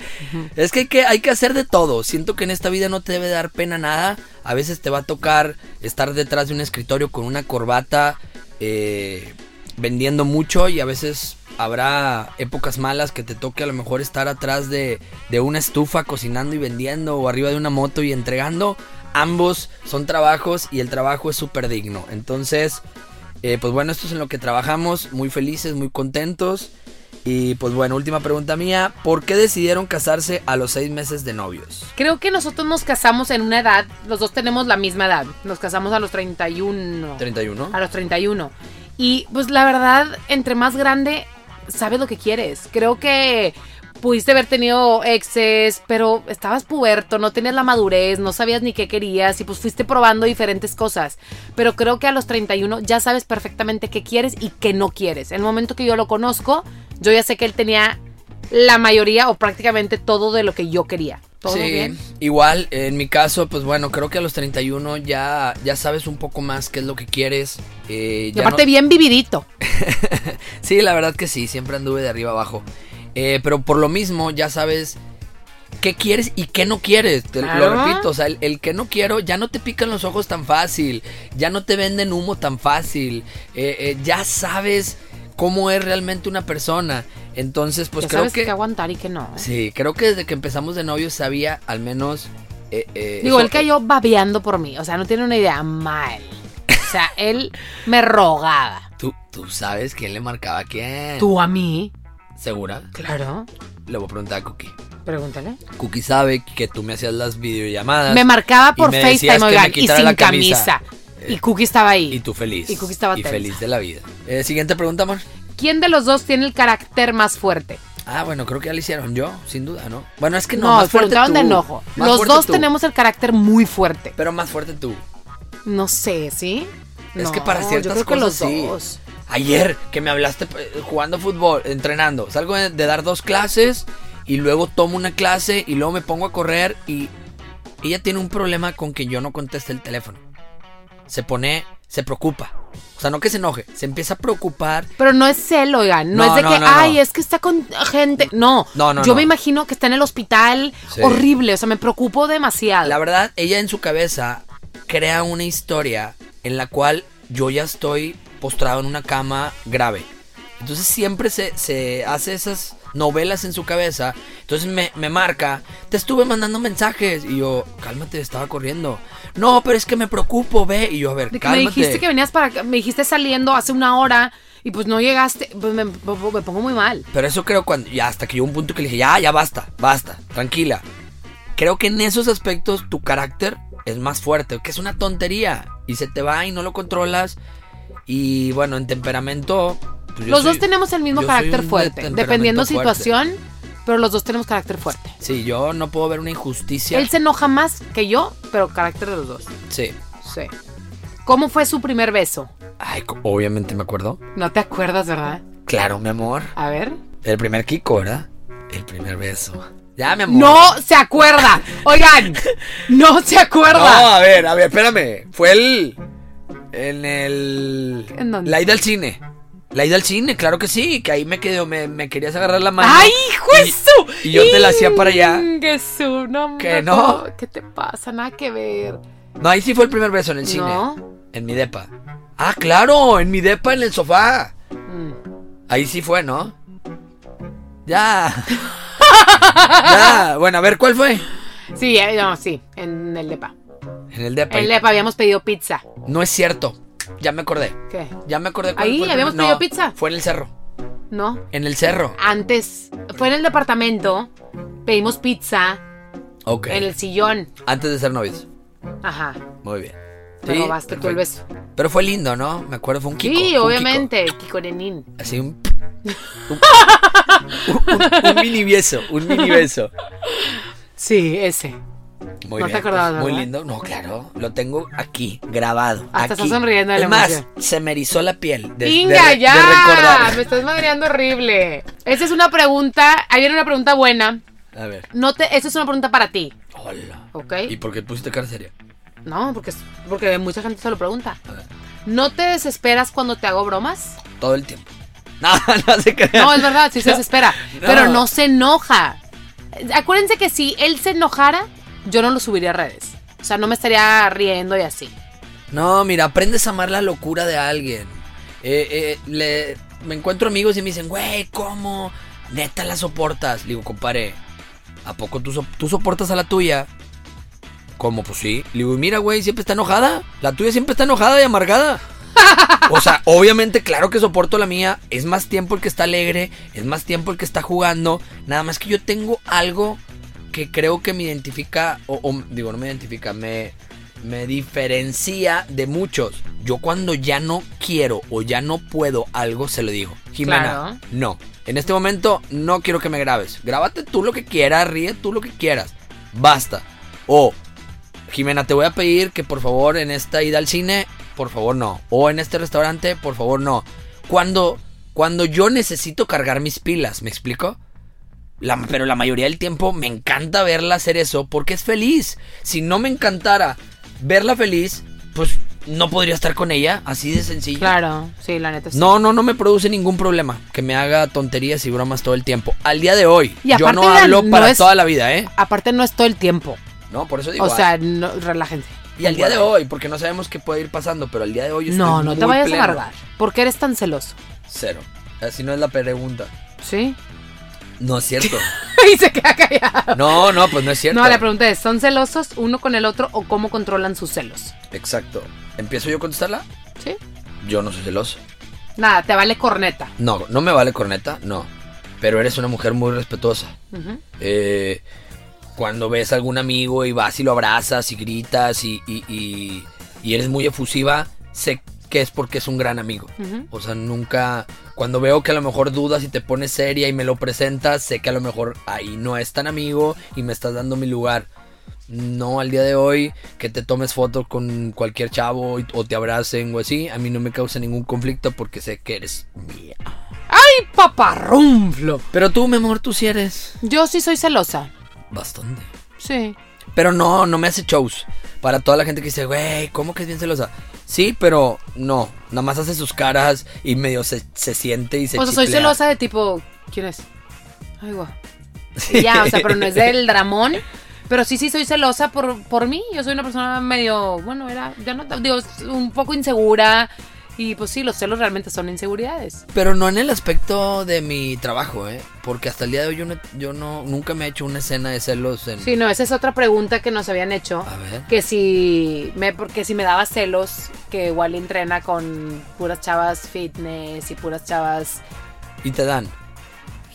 Speaker 3: es que hay, que hay que hacer de todo. Siento que en esta vida no te debe dar pena nada. A veces te va a tocar estar detrás de un escritorio con una corbata eh, vendiendo mucho y a veces habrá épocas malas que te toque a lo mejor estar atrás de, de una estufa cocinando y vendiendo o arriba de una moto y entregando. Ambos son trabajos y el trabajo es súper digno. Entonces, eh, pues bueno, esto es en lo que trabajamos, muy felices, muy contentos. Y pues bueno, última pregunta mía, ¿por qué decidieron casarse a los seis meses de novios?
Speaker 1: Creo que nosotros nos casamos en una edad, los dos tenemos la misma edad. Nos casamos a los 31.
Speaker 3: 31.
Speaker 1: A los 31. Y pues la verdad, entre más grande, sabes lo que quieres. Creo que pudiste haber tenido exes, pero estabas puberto, no tenías la madurez, no sabías ni qué querías y pues fuiste probando diferentes cosas. Pero creo que a los 31 ya sabes perfectamente qué quieres y qué no quieres. El momento que yo lo conozco, yo ya sé que él tenía la mayoría o prácticamente todo de lo que yo quería. ¿Todo
Speaker 3: sí,
Speaker 1: bien?
Speaker 3: igual en mi caso, pues bueno, creo que a los 31 ya, ya sabes un poco más qué es lo que quieres. eh,
Speaker 1: Y
Speaker 3: ya no-
Speaker 1: aparte bien vividito.
Speaker 3: Sí, la verdad que sí, siempre anduve de arriba abajo. Eh, pero por lo mismo, ya sabes qué quieres y qué no quieres. Te
Speaker 1: Claro.
Speaker 3: Lo repito, o sea, el, el que no quiero ya no te pican los ojos tan fácil, ya no te venden humo tan fácil, eh, eh, ya sabes cómo es realmente una persona. Entonces, pues
Speaker 1: ya
Speaker 3: creo
Speaker 1: sabes
Speaker 3: que...
Speaker 1: qué aguantar y qué no. ¿eh?
Speaker 3: Sí, creo que desde que empezamos de novios sabía al menos... eh, eh,
Speaker 1: Digo,
Speaker 3: eso-
Speaker 1: él cayó babeando por mí. O sea, no tiene una idea mal. O sea, él me rogaba.
Speaker 3: ¿Tú, tú sabes quién le marcaba a quién.
Speaker 1: ¿Tú a mí?
Speaker 3: ¿Segura?
Speaker 1: Claro.
Speaker 3: Le voy a preguntar a Cookie.
Speaker 1: Pregúntale.
Speaker 3: Cookie sabe que tú me hacías las videollamadas.
Speaker 1: Me marcaba por
Speaker 3: me decías
Speaker 1: FaceTime,
Speaker 3: que me
Speaker 1: oigan, y
Speaker 3: quitara
Speaker 1: sin
Speaker 3: la
Speaker 1: camisa.
Speaker 3: camisa. Eh,
Speaker 1: Y Cookie estaba ahí.
Speaker 3: Y tú feliz.
Speaker 1: Y Cookie estaba
Speaker 3: Y
Speaker 1: tensa.
Speaker 3: feliz de la vida. Eh, siguiente pregunta, amor.
Speaker 1: ¿Quién de los dos tiene el carácter más fuerte?
Speaker 3: Ah, bueno, creo que ya la hicieron yo, sin duda, ¿no? Bueno, es que no.
Speaker 1: No,
Speaker 3: más fuerte
Speaker 1: preguntaron
Speaker 3: tú.
Speaker 1: de enojo.
Speaker 3: Más
Speaker 1: Los
Speaker 3: fuerte
Speaker 1: dos
Speaker 3: tú.
Speaker 1: tenemos el carácter muy fuerte.
Speaker 3: Pero más fuerte tú.
Speaker 1: No sé, ¿sí?
Speaker 3: Es
Speaker 1: No,
Speaker 3: que para
Speaker 1: yo
Speaker 3: ciertas
Speaker 1: creo que
Speaker 3: cosas
Speaker 1: los
Speaker 3: sí.
Speaker 1: dos.
Speaker 3: Ayer que me hablaste eh, jugando fútbol, entrenando. Salgo de, de dar dos clases y luego tomo una clase y luego me pongo a correr y ella tiene un problema con que yo no conteste el teléfono. Se pone, se preocupa. O sea, no que se enoje, se empieza a preocupar
Speaker 1: Pero no es celo, oigan. No,
Speaker 3: No,
Speaker 1: es de
Speaker 3: no,
Speaker 1: que,
Speaker 3: no, no.
Speaker 1: ay, es que está con gente. No.
Speaker 3: No, no,
Speaker 1: Yo
Speaker 3: no.
Speaker 1: me imagino que está en el hospital
Speaker 3: Sí.
Speaker 1: horrible. O sea, me preocupo demasiado.
Speaker 3: La verdad, ella en su cabeza crea una historia en la cual yo ya estoy postrado en una cama grave. Entonces siempre se, se hace esas novelas en su cabeza. Entonces me, me marca, te estuve mandando mensajes. Y yo, cálmate, estaba corriendo. No, pero es que me preocupo, ve. Y yo, a ver,
Speaker 1: de que me
Speaker 3: cálmate.
Speaker 1: dijiste que venías para acá, me dijiste saliendo hace una hora y pues no llegaste. Pues me, me- me pongo muy mal.
Speaker 3: Pero eso creo cuando. Ya hasta que llegó un punto que le dije, ya, ya basta, basta, tranquila. Creo que en esos aspectos tu carácter es más fuerte, que es una tontería. Y se te va y no lo controlas. Y bueno, en temperamento. pues yo
Speaker 1: los
Speaker 3: soy-
Speaker 1: dos tenemos el mismo
Speaker 3: yo soy
Speaker 1: carácter
Speaker 3: un de
Speaker 1: fuerte,
Speaker 3: temperamento
Speaker 1: dependiendo
Speaker 3: fuerte.
Speaker 1: situación, pero los dos tenemos carácter fuerte.
Speaker 3: Sí, yo no puedo ver una injusticia.
Speaker 1: Él se enoja más que yo, pero carácter de los dos.
Speaker 3: Sí.
Speaker 1: Sí. ¿Cómo fue su primer beso?
Speaker 3: Ay, co- obviamente me acuerdo.
Speaker 1: No te acuerdas, ¿verdad?
Speaker 3: Claro, mi amor.
Speaker 1: A ver.
Speaker 3: El primer Kiko, ¿verdad? El primer beso. Ya, mi amor.
Speaker 1: No se acuerda. Oigan, no se
Speaker 3: No,
Speaker 1: acuerda.
Speaker 3: a ver, a ver, espérame. Fue el. En el.
Speaker 1: ¿En dónde?
Speaker 3: La ida al cine. La ida al cine, claro que sí. Que ahí me quedó. Me, me querías agarrar la mano.
Speaker 1: ¡Ay, hijo de
Speaker 3: Y-
Speaker 1: su!
Speaker 3: y yo te la hacía para allá.
Speaker 1: Inguesu, no, hombre,
Speaker 3: ¿Que no?
Speaker 1: ¿Qué te pasa? Nada que ver.
Speaker 3: No, ahí sí fue el primer beso en el cine.
Speaker 1: No.
Speaker 3: En mi depa. Ah, claro, en mi depa en el sofá.
Speaker 1: Mm.
Speaker 3: Ahí sí fue, ¿no? Ya. ya. Bueno, a ver, ¿cuál fue?
Speaker 1: Sí, eh, no, sí, en el depa.
Speaker 3: En el depa.
Speaker 1: En el depa habíamos pedido pizza.
Speaker 3: No es cierto. Ya me acordé.
Speaker 1: ¿Qué?
Speaker 3: Ya me acordé. cuál
Speaker 1: Ahí,
Speaker 3: fue el
Speaker 1: habíamos
Speaker 3: primer-
Speaker 1: pedido
Speaker 3: No,
Speaker 1: pizza.
Speaker 3: Fue en el cerro.
Speaker 1: No,
Speaker 3: En el cerro.
Speaker 1: antes fue en el departamento, pedimos pizza
Speaker 3: Ok.
Speaker 1: en el sillón.
Speaker 3: Antes de ser novios.
Speaker 1: Ajá.
Speaker 3: Muy bien.
Speaker 1: Te
Speaker 3: Sí,
Speaker 1: robaste tú el beso.
Speaker 3: Pero fue lindo, ¿no? Me acuerdo, fue un Kiko.
Speaker 1: sí,
Speaker 3: fue un
Speaker 1: obviamente, Kiko Nenín.
Speaker 3: Kiko. Así un... un, un- un mini beso, un mini beso.
Speaker 1: Sí, ese.
Speaker 3: Muy
Speaker 1: No te
Speaker 3: bien,
Speaker 1: acordabas,
Speaker 3: pues, Muy
Speaker 1: ¿verdad?
Speaker 3: lindo. No, claro. Lo tengo aquí, grabado.
Speaker 1: Hasta
Speaker 3: aquí.
Speaker 1: estás sonriendo de la
Speaker 3: Es más,
Speaker 1: emoción.
Speaker 3: se me erizó la piel. de- de-
Speaker 1: ¡Inga,
Speaker 3: de
Speaker 1: ya!
Speaker 3: recordar.
Speaker 1: Me estás madreando horrible. Esa es una pregunta. Ahí viene una pregunta buena.
Speaker 3: A ver.
Speaker 1: No te, esa es una pregunta para ti.
Speaker 3: Hola.
Speaker 1: ¿ok?
Speaker 3: ¿Y por qué pusiste cara seria?
Speaker 1: No, porque, es- porque mucha gente se lo pregunta.
Speaker 3: A ver,
Speaker 1: ¿No te desesperas cuando te hago bromas?
Speaker 3: todo el tiempo. No, no se crean.
Speaker 1: No, es verdad, sí se desespera.
Speaker 3: No.
Speaker 1: Pero no se enoja. Acuérdense que si él se enojara, yo no lo subiría a redes. O sea, no me estaría riendo y así.
Speaker 3: No, mira, aprendes a amar la locura de alguien. Eh, eh, le- me encuentro amigos y me dicen, güey, ¿cómo? Neta la soportas. Le digo, compadre, ¿a poco tú, so- tú soportas a la tuya? ¿Cómo? Pues sí. Le digo, mira, güey, siempre está enojada. La tuya siempre está enojada y amargada. O sea, obviamente, claro que soporto la mía. Es más tiempo el que está alegre, es más tiempo el que está jugando. Nada más que yo tengo algo que creo que me identifica, o, o, digo, no me identifica, me, me diferencia de muchos. Yo cuando ya no quiero o ya no puedo algo, se lo digo. Jimena,
Speaker 1: Claro.
Speaker 3: no. En este momento no quiero que me grabes. Grábate tú lo que quieras, ríe tú lo que quieras. Basta. O Jimena, te voy a pedir que por favor en esta ida al cine, por favor no. O en este restaurante, por favor no. Cuando, cuando yo necesito cargar mis pilas, ¿me explico? La- pero la mayoría del tiempo me encanta verla hacer eso porque es feliz. Si no me encantara verla feliz, pues no podría estar con ella, así de sencillo.
Speaker 1: Claro, sí, la neta sí.
Speaker 3: No, no, no me produce ningún problema que me haga tonterías y bromas todo el tiempo. Al día de hoy,
Speaker 1: Y
Speaker 3: yo
Speaker 1: aparte,
Speaker 3: no
Speaker 1: vean,
Speaker 3: hablo
Speaker 1: no
Speaker 3: para
Speaker 1: es-
Speaker 3: toda la vida, ¿eh?
Speaker 1: Aparte no es todo el tiempo.
Speaker 3: No, por eso digo.
Speaker 1: O sea, no- relájense.
Speaker 3: Y al día de hoy, porque no sabemos qué puede ir pasando, pero al día de hoy yo estoy
Speaker 1: No, no te
Speaker 3: muy
Speaker 1: vayas
Speaker 3: pleno.
Speaker 1: a amargar. ¿Por qué eres tan celoso?
Speaker 3: Cero. Así no es la pregunta.
Speaker 1: ¿Sí?
Speaker 3: No es cierto.
Speaker 1: y se queda callado.
Speaker 3: No, no, pues no es cierto.
Speaker 1: No, la pregunta es, ¿son celosos uno con el otro o cómo controlan sus celos?
Speaker 3: Exacto. ¿Empiezo yo a contestarla?
Speaker 1: ¿Sí?
Speaker 3: Yo no soy celoso.
Speaker 1: Nada, te vale corneta.
Speaker 3: No, no me vale corneta, no. Pero eres una mujer muy respetuosa.
Speaker 1: Ujú.
Speaker 3: Eh, cuando ves a algún amigo y vas y lo abrazas y gritas y, y- y- y eres muy efusiva, sé que es porque es un gran amigo.
Speaker 1: Ujú.
Speaker 3: O sea, nunca... Cuando veo que a lo mejor dudas y te pones seria y me lo presentas, sé que a lo mejor ahí no es tan amigo y me estás dando mi lugar. No, al día de hoy, que te tomes fotos con cualquier chavo y- o te abracen o así, a mí no me causa ningún conflicto porque sé que eres mía.
Speaker 1: ¡Ay, paparrunflo!
Speaker 3: Pero tú, mi amor, tú sí eres.
Speaker 1: Yo sí soy celosa.
Speaker 3: Bastante.
Speaker 1: Sí.
Speaker 3: Pero no, no me hace shows. Para toda la gente que dice, güey, ¿cómo que es bien celosa? Sí, pero no. Nada más hace sus caras y medio se, se siente y se
Speaker 1: o sea, soy
Speaker 3: chiflea.
Speaker 1: celosa de tipo, ¿quién es? Ay, guau. Y Ya, o sea, pero no es del dramón. Pero sí, sí, soy celosa por, por mí. Yo soy una persona medio, bueno, era, ya no, digo, un poco insegura. Y pues sí, los celos realmente son inseguridades.
Speaker 3: Pero no en el aspecto de mi trabajo, ¿eh? Porque hasta el día de hoy yo, no, yo no, nunca me he hecho una escena de celos en...
Speaker 1: Sí, no, esa es otra pregunta que nos habían hecho.
Speaker 3: A ver.
Speaker 1: Que si me, porque si me daba celos, que Wally entrena con puras chavas fitness y puras chavas
Speaker 3: Y te dan.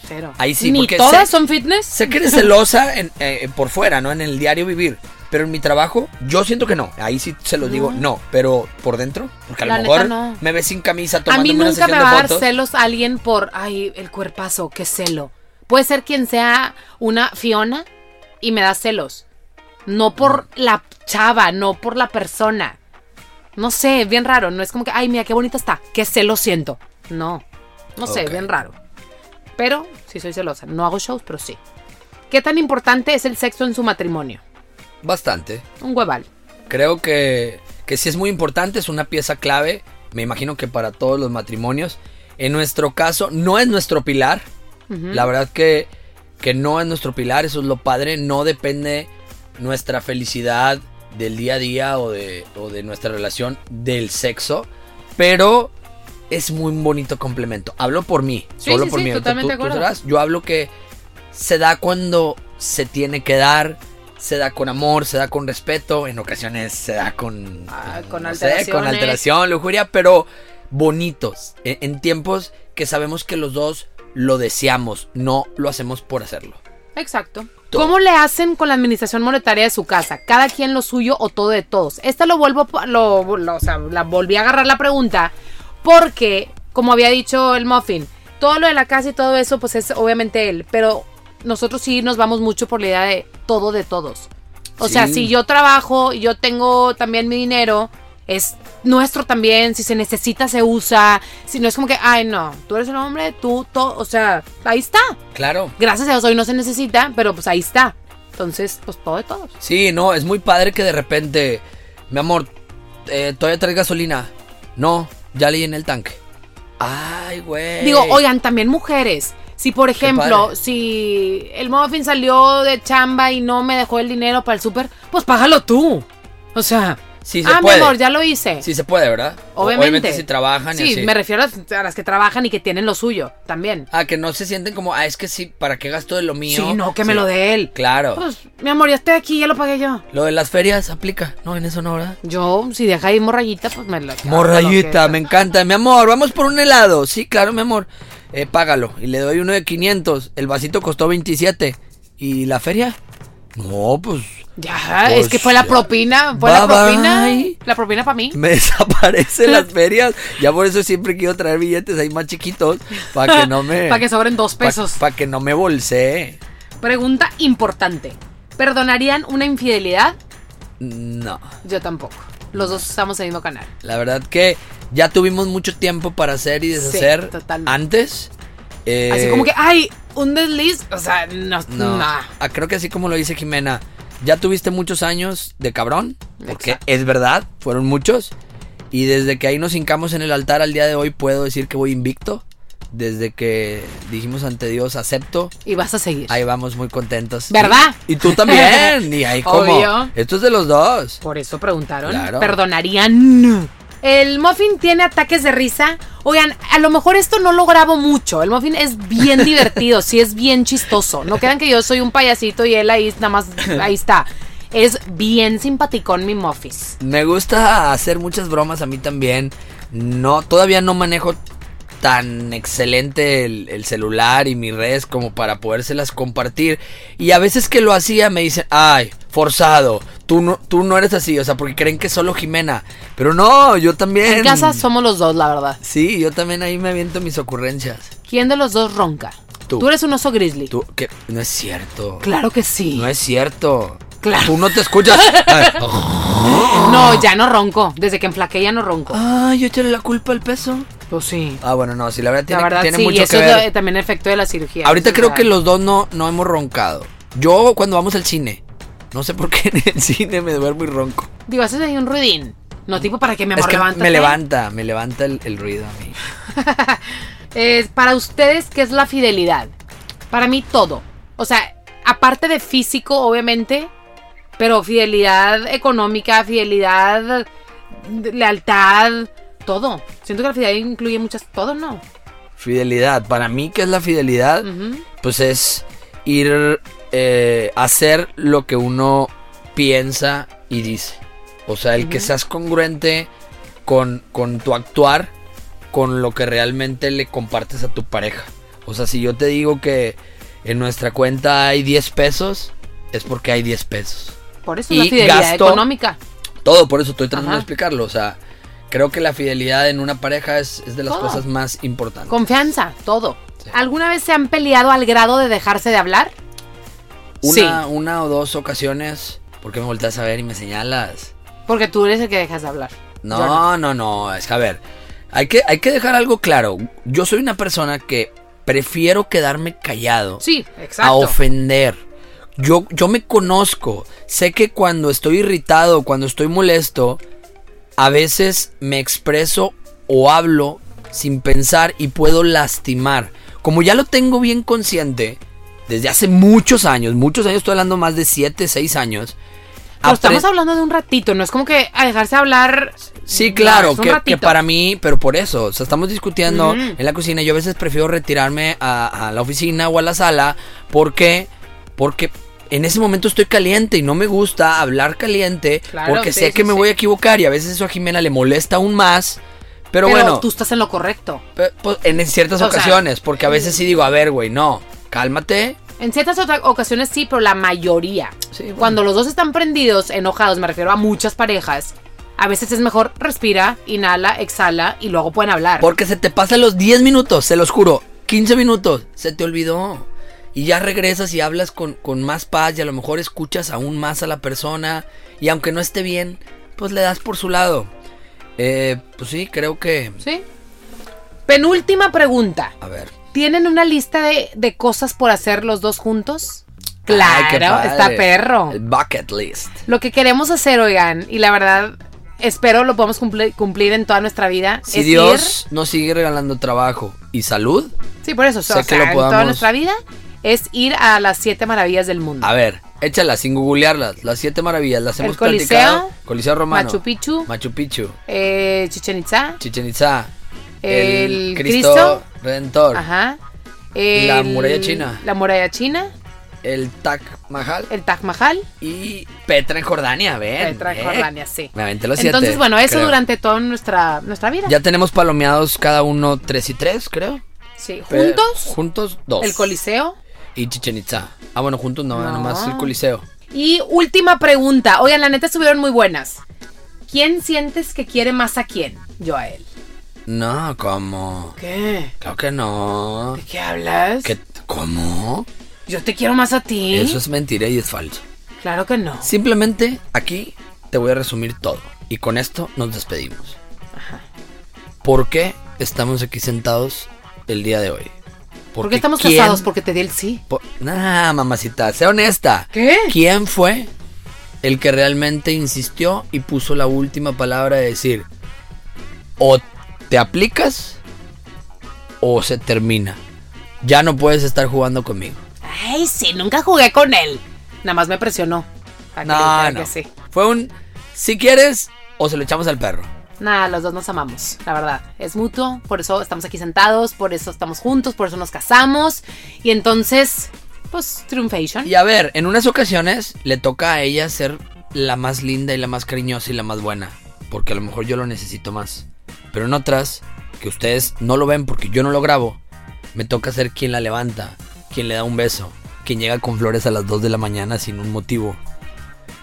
Speaker 1: cero.
Speaker 3: Ahí sí,
Speaker 1: Ni
Speaker 3: porque
Speaker 1: todas
Speaker 3: sé-
Speaker 1: son fitness.
Speaker 3: Sé que eres celosa en- eh, por fuera, ¿no? En el diario vivir. Pero en mi trabajo, yo siento que no. Ahí sí se los digo, no. Pero por dentro, porque a lo
Speaker 1: La neta,
Speaker 3: mejor
Speaker 1: no.
Speaker 3: me ves sin camisa
Speaker 1: A
Speaker 3: tomándome
Speaker 1: mí
Speaker 3: una
Speaker 1: nunca
Speaker 3: sesión
Speaker 1: me
Speaker 3: de
Speaker 1: va a dar
Speaker 3: fotos.
Speaker 1: celos alguien por, ay, el cuerpazo, qué celo. Puede ser quien sea una Fiona y me da celos. No
Speaker 3: Mm.
Speaker 1: por la chava, no por la persona. No sé, bien raro. No es como que, ay, mira, qué bonita está. Qué celo siento. No, no sé,
Speaker 3: Ok.
Speaker 1: bien raro. Pero sí soy celosa. No hago shows, pero sí. ¿Qué tan importante es el sexo en su matrimonio?
Speaker 3: Bastante.
Speaker 1: Un hueval.
Speaker 3: Creo que, que sí es muy importante, es una pieza clave, me imagino que para todos los matrimonios. En nuestro caso, no es nuestro pilar. La verdad que, que no es nuestro pilar, eso es lo padre, no depende nuestra felicidad del día a día o de, o de nuestra relación del sexo, pero es muy bonito complemento. Hablo por mí,
Speaker 1: Sí,
Speaker 3: solo
Speaker 1: sí,
Speaker 3: por
Speaker 1: sí,
Speaker 3: mí. ahorita
Speaker 1: totalmente
Speaker 3: tú-
Speaker 1: de
Speaker 3: tú
Speaker 1: acuerdo.
Speaker 3: sabrás. Yo hablo que se da cuando se tiene que dar, se da con amor, se da con respeto, en ocasiones se da con,
Speaker 1: Ah, con
Speaker 3: con
Speaker 1: alteraciones.
Speaker 3: alteración, lujuria, pero bonitos, en, en tiempos que sabemos que los dos lo deseamos, no lo hacemos por hacerlo.
Speaker 1: Exacto.
Speaker 3: Todo.
Speaker 1: ¿Cómo le hacen con la administración monetaria de su casa? ¿Cada quien lo suyo o todo de todos? Esta lo vuelvo, a- lo, lo- o sea, la volví a agarrar la pregunta porque, como había dicho el Muffin, todo lo de la casa y todo eso, pues es obviamente él, pero nosotros sí nos vamos mucho por la idea de todo de todos. O sea,
Speaker 3: Sí.
Speaker 1: si yo trabajo, yo tengo también mi dinero, es nuestro también, si se necesita se usa, si no es como que, ay no, tú eres el hombre, tú, todo, o sea, ahí está.
Speaker 3: Claro.
Speaker 1: Gracias a Dios hoy no se necesita, pero pues ahí está. Entonces, pues todo de todos.
Speaker 3: Sí, no, es muy padre que de repente, mi amor, eh, ¿todavía traes gasolina? No, ya leí en el tanque. Ay, güey.
Speaker 1: Digo, oigan, también mujeres. Si, por ejemplo,
Speaker 3: padre.
Speaker 1: si el muffin salió de chamba y no me dejó el dinero para el súper, pues págalo tú. O sea,
Speaker 3: Sí se
Speaker 1: ah,
Speaker 3: puede.
Speaker 1: mi amor, ya lo hice.
Speaker 3: Sí se puede, ¿verdad? O-
Speaker 1: obviamente.
Speaker 3: si trabajan y
Speaker 1: Sí,
Speaker 3: así.
Speaker 1: me refiero a las- a las que trabajan y que tienen lo suyo también.
Speaker 3: Ah, que no se sienten como, ah, es que sí, ¿para qué gasto de lo mío?
Speaker 1: Sí, no, que me
Speaker 3: Sí.
Speaker 1: lo dé él.
Speaker 3: Claro.
Speaker 1: Pues, mi amor, ya estoy aquí, ya lo pagué yo.
Speaker 3: Lo de las ferias aplica, ¿no? En eso no, ¿verdad?
Speaker 1: Yo, si deja ahí morrayita, pues me la.
Speaker 3: Morrayita, me encanta. Mi amor, vamos por un helado. Sí, claro, mi amor. Eh, págalo. Y le doy uno de 500. El vasito costó 27. ¿Y la feria? No, pues
Speaker 1: Ya,
Speaker 3: Pues
Speaker 1: es que fue la
Speaker 3: ya.
Speaker 1: propina. Fue la
Speaker 3: Bye,
Speaker 1: propina.
Speaker 3: bye.
Speaker 1: La propina para mí.
Speaker 3: me desaparecen las ferias. Ya por eso siempre quiero traer billetes ahí más chiquitos. Para que no me.
Speaker 1: Para que sobren dos pesos.
Speaker 3: Para que no me bolsee.
Speaker 1: Pregunta importante. ¿Perdonarían una infidelidad?
Speaker 3: No.
Speaker 1: Yo tampoco. Los dos estamos en el mismo canal.
Speaker 3: La verdad que ya tuvimos mucho tiempo para hacer y deshacer
Speaker 1: totalmente.
Speaker 3: antes. Eh,
Speaker 1: Así como que, ay, un desliz. O sea, no.
Speaker 3: No.
Speaker 1: nah.
Speaker 3: Ah, creo que así como lo dice Jimena, ya tuviste muchos años de cabrón, porque
Speaker 1: Exacto.
Speaker 3: es verdad, fueron muchos. Y desde que ahí nos hincamos en el altar al día de hoy, puedo decir que voy invicto. Desde que dijimos ante Dios, acepto.
Speaker 1: Y vas a seguir.
Speaker 3: Ahí vamos muy contentos.
Speaker 1: ¿Verdad?
Speaker 3: Y, y tú también. y ahí como.
Speaker 1: Obvio.
Speaker 3: Esto es de los dos.
Speaker 1: Por eso preguntaron.
Speaker 3: Claro.
Speaker 1: ¿Perdonarían? El Muffin tiene ataques de risa. Oigan, a lo mejor esto no lo grabo mucho. El Muffin es bien divertido, sí es bien chistoso. No crean que yo soy un payasito y él ahí nada más, ahí está. Es bien simpaticón mi Muffin.
Speaker 3: Me gusta hacer muchas bromas a mí también. No, todavía no manejo tan excelente el, el celular y mis redes como para podérselas compartir. Y a veces que lo hacía me dicen, ay, forzado, tú no, tú no eres así, o sea, porque creen que es solo Jimena. Pero no, yo también.
Speaker 1: En casa somos los dos, la verdad.
Speaker 3: Sí, yo también ahí me aviento mis ocurrencias.
Speaker 1: ¿Quién de los dos ronca?
Speaker 3: Tú.
Speaker 1: eres un oso grizzly.
Speaker 3: Tú, que no es cierto.
Speaker 1: Claro que sí.
Speaker 3: No es cierto.
Speaker 1: Claro.
Speaker 3: Tú no te escuchas. Ay,
Speaker 1: No, ya no ronco. Desde que enflaqué ya no ronco.
Speaker 3: ay, yo echarle la culpa al peso.
Speaker 1: Pues sí.
Speaker 3: Ah, bueno, no, sí, la verdad tiene,
Speaker 1: la verdad
Speaker 3: tiene
Speaker 1: sí, y
Speaker 3: mucho
Speaker 1: eso
Speaker 3: que
Speaker 1: es lo-
Speaker 3: ver.
Speaker 1: eh, también efecto de la cirugía.
Speaker 3: Ahorita
Speaker 1: eso es
Speaker 3: creo que
Speaker 1: real.
Speaker 3: los dos no, no hemos roncado. Yo cuando vamos al cine, no sé por qué en el cine me duermo muy ronco.
Speaker 1: Digo, haces ahí un ruidín. No, tipo, para que mi amor
Speaker 3: es que
Speaker 1: levántate.
Speaker 3: me levanta, me levanta el, el ruido a mí.
Speaker 1: Eh, para ustedes, ¿qué es la fidelidad? Para mí, todo. O sea, aparte de físico, obviamente, pero fidelidad económica, fidelidad, de- lealtad, todo. Siento que la fidelidad incluye muchas, todo, ¿no?
Speaker 3: Fidelidad, para mí, ¿qué es la fidelidad?
Speaker 1: Ujú.
Speaker 3: Pues es ir eh, hacer lo que uno piensa y dice. O sea, el que seas congruente con, con tu actuar, con lo que realmente le compartes a tu pareja. O sea, si yo te digo que en nuestra cuenta hay 10 pesos, es porque hay 10 pesos.
Speaker 1: Por eso
Speaker 3: Y
Speaker 1: la fidelidad
Speaker 3: gasto-
Speaker 1: económica.
Speaker 3: Todo, por eso estoy tratando
Speaker 1: Ajá.
Speaker 3: de explicarlo. O sea, creo que la fidelidad en una pareja es, es de las
Speaker 1: Todo.
Speaker 3: cosas más importantes.
Speaker 1: Confianza, todo.
Speaker 3: Sí.
Speaker 1: ¿Alguna vez se han peleado al grado de dejarse de hablar?
Speaker 3: Una, una o dos ocasiones, porque me volteas a ver y me señalas.
Speaker 1: Porque tú eres el que dejas de hablar.
Speaker 3: No,
Speaker 1: Yo no.
Speaker 3: no, no, Es que a ver, hay que, hay que dejar algo claro. Yo soy una persona que prefiero quedarme callado
Speaker 1: Sí,
Speaker 3: a
Speaker 1: exacto.
Speaker 3: ofender. Yo, yo me conozco. Sé que cuando estoy irritado, cuando estoy molesto, a veces me expreso o hablo sin pensar y puedo lastimar. Como ya lo tengo bien consciente, desde hace muchos años, muchos años, estoy hablando más de 7, 6 años.
Speaker 1: Pero estamos
Speaker 3: apre-
Speaker 1: hablando de un ratito, no es como que a dejarse hablar.
Speaker 3: Sí,
Speaker 1: no,
Speaker 3: claro,
Speaker 1: es un
Speaker 3: que, que
Speaker 1: ratito.
Speaker 3: para mí, pero por eso, o sea, estamos discutiendo
Speaker 1: Ujú.
Speaker 3: en la cocina, yo a veces prefiero retirarme a, a la oficina o a la sala, porque, porque en ese momento estoy caliente y no me gusta hablar caliente,
Speaker 1: Claro,
Speaker 3: porque
Speaker 1: sí,
Speaker 3: sé que
Speaker 1: sí,
Speaker 3: me
Speaker 1: sí.
Speaker 3: voy a equivocar y a veces eso a Jimena le molesta aún más,
Speaker 1: Pero,
Speaker 3: pero, bueno,
Speaker 1: tú estás en lo correcto.
Speaker 3: pe- pues, en ciertas
Speaker 1: O sea,
Speaker 3: ocasiones, porque a veces sí digo, a ver, güey, no, cálmate.
Speaker 1: En ciertas otra- ocasiones sí, pero la mayoría.
Speaker 3: Sí, bueno.
Speaker 1: Cuando los dos están prendidos, enojados, me refiero a muchas parejas, a veces es mejor respira, inhala, exhala y luego pueden hablar.
Speaker 3: Porque se te pasan los 10 minutos, se los juro. 15 minutos, se te olvidó. Y ya regresas y hablas con, con más paz y a lo mejor escuchas aún más a la persona. Y aunque no esté bien, pues le das por su lado. Eh, pues sí, creo que...
Speaker 1: ¿Sí? Penúltima pregunta.
Speaker 3: A ver.
Speaker 1: ¿Tienen una lista de, de cosas por hacer los dos juntos?
Speaker 3: Ay, qué
Speaker 1: Claro,
Speaker 3: padre.
Speaker 1: está perro.
Speaker 3: El bucket list.
Speaker 1: Lo que queremos hacer, oigan, y la verdad, espero lo podamos cumple- cumplir en toda nuestra vida.
Speaker 3: Si
Speaker 1: es
Speaker 3: Dios nos sigue regalando trabajo y salud,
Speaker 1: ir- sí, por eso, o
Speaker 3: sé
Speaker 1: sea,
Speaker 3: que lo
Speaker 1: en toda
Speaker 3: podamos-
Speaker 1: nuestra vida es ir a las siete maravillas del mundo.
Speaker 3: a ver, échalas sin googlearlas. Las siete maravillas, las
Speaker 1: El
Speaker 3: hemos
Speaker 1: Coliseo,
Speaker 3: platicado. Coliseo Romano.
Speaker 1: Machu Picchu,
Speaker 3: Machu Picchu.
Speaker 1: eh, Chichen Itza,
Speaker 3: Chichen Itza.
Speaker 1: El Cristo.
Speaker 3: Redentor.
Speaker 1: ajá.
Speaker 3: La muralla china.
Speaker 1: La muralla china,
Speaker 3: El Taj Mahal.
Speaker 1: el Taj Mahal,
Speaker 3: Y Petra en Jordania, ven.
Speaker 1: Petra en
Speaker 3: ven.
Speaker 1: Jordania, sí.
Speaker 3: Me aventé los siete.
Speaker 1: Entonces, bueno, eso
Speaker 3: creo.
Speaker 1: durante toda nuestra, nuestra vida.
Speaker 3: Ya tenemos palomeados cada uno tres y tres, creo.
Speaker 1: Sí,
Speaker 3: Pe-
Speaker 1: juntos,
Speaker 3: Juntos dos.
Speaker 1: el Coliseo.
Speaker 3: Y Chichen Itza. Ah, bueno, juntos no,
Speaker 1: No.
Speaker 3: nomás el Coliseo.
Speaker 1: Y última pregunta. Oigan, la neta estuvieron muy buenas. ¿Quién sientes que quiere más a quién? Yo a él.
Speaker 3: No, ¿cómo?
Speaker 1: ¿Qué?
Speaker 3: Claro que no.
Speaker 1: qué hablas?
Speaker 3: ¿Qué? ¿Cómo?
Speaker 1: Yo te quiero más a ti.
Speaker 3: Eso es mentira y es falso.
Speaker 1: Claro que no.
Speaker 3: Simplemente aquí te voy a resumir todo. Y con esto nos despedimos. ¿Por qué estamos aquí sentados el día de hoy?
Speaker 1: ¿Por qué estamos
Speaker 3: quién-
Speaker 1: casados? Porque te di el sí.
Speaker 3: po- Nah, mamacita, sea honesta.
Speaker 1: ¿Qué?
Speaker 3: ¿Quién fue el que realmente insistió y puso la última palabra de decir, o te aplicas o se termina? Ya no puedes estar jugando conmigo.
Speaker 1: Ay, sí, nunca jugué con él. Nada más me presionó. Para que
Speaker 3: No,
Speaker 1: dijera
Speaker 3: no.
Speaker 1: que sí.
Speaker 3: Fue un, si quieres, o se lo echamos al perro.
Speaker 1: Nada, los dos nos amamos, la verdad. Es mutuo, por eso estamos aquí sentados, por eso estamos juntos, por eso nos casamos. Y entonces, pues, Triumphation.
Speaker 3: Y a ver, en unas ocasiones le toca a ella ser la más linda y la más cariñosa y la más buena. Porque a lo mejor yo lo necesito más. Pero en otras, que ustedes no lo ven porque yo no lo grabo, me toca ser quien la levanta, quien le da un beso, quien llega con flores a las 2 de la mañana sin un motivo.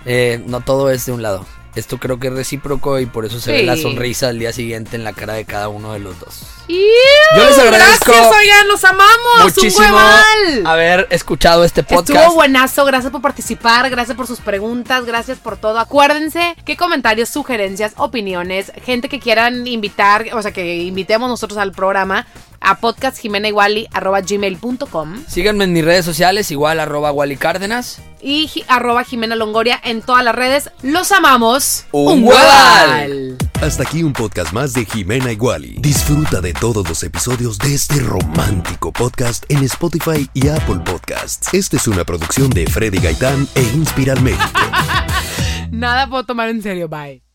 Speaker 3: Eh, no todo es de un lado. Esto creo que es recíproco y por eso se ve
Speaker 1: Sí.
Speaker 3: la sonrisa al día siguiente en la cara de cada uno de los dos.
Speaker 1: ¡Iu!
Speaker 3: Yo les agradezco
Speaker 1: Gracias, oigan, los amamos.
Speaker 3: muchísimo
Speaker 1: Un hueval.
Speaker 3: haber escuchado este podcast.
Speaker 1: Estuvo buenazo, gracias por participar, gracias por sus preguntas, gracias por todo. Acuérdense que comentarios, sugerencias, opiniones, gente que quieran invitar, o sea, que invitemos nosotros al programa a podcastjimenaiguali.gmail.com
Speaker 3: Síganme en mis redes sociales, igual arroba Wally Cárdenas.
Speaker 1: y ji- arroba Jimena Longoria en todas las redes. Los amamos.
Speaker 3: ¡Un hueval!
Speaker 2: Hasta aquí un podcast más de Jimena Iguali. Disfruta de todos los episodios de este romántico podcast en Spotify y Apple Podcasts. Esta es una producción de Freddy Gaitán e Inspiral México.
Speaker 1: Nada puedo tomar en serio, bye.